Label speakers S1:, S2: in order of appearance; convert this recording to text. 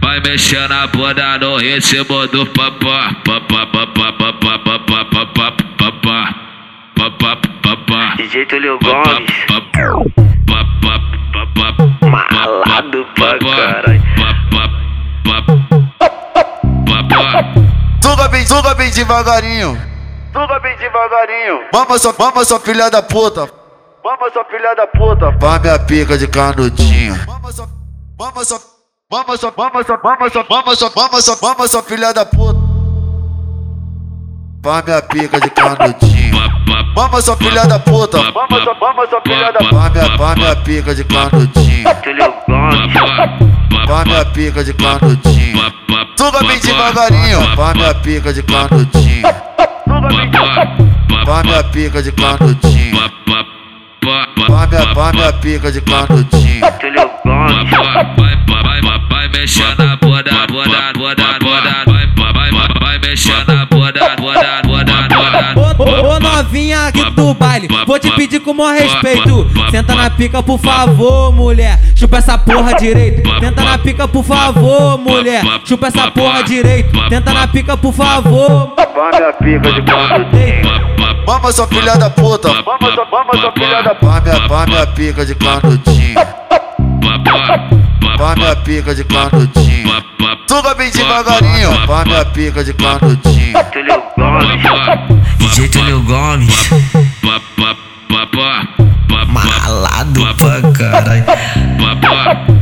S1: Vai mexendo a bunda no ritmo do papá. Papá, papá, papá, papá, papá, papá. Papá, papá.
S2: DJ Túlio Gomes. Malado pra caralho.
S3: Suga bem, suga bem devagarinho. Suga bem devagarinho. Mama sua, mama sua filha da puta. Mama sua filha da puta. Vai minha pica de canudinho. Mama sua, mama sua, mama sua, mama sua, mama sua, mama sua, mama sua, mama sua filha da puta. Vai minha pica de canudinho. Mama sua filha da puta. Mama sua, mama sua filha da puta. Vai minha, vai minha pica de canudinho.
S2: Túlio Gomes.
S3: Vai minha pica de canudinho. Suga bem devagarinho. Vai minha pica de canudinho. Vai minha pica de canudinho. Vai minha, vai minha pica de canudinho.
S2: Túlio Gomes.
S1: Vai mexendo a bunda, bunda, bunda, bunda. Vai mexendo a bunda, bunda, bunda, bunda.
S4: Ô, ô, ô, novinha aqui do baile, vou te pedir com o maior respeito. Senta na pica, por favor, mulher. Chupa essa porra direito. Senta na pica, por favor, mulher. Chupa essa porra direito. Senta na pica, por favor.
S3: Vai minha pica de canudinho. Mama sua filha da puta. Mama sua, mama sua filha da puta. Vai minha, vai minha pica de canudinho. Vai minha pica de canudinho. Suga bem devagarinho. Vai minha pica de canudinho.
S2: Túlio Gomes.
S5: DJ Túlio Gomes, malado pra caralho.
S1: Papá.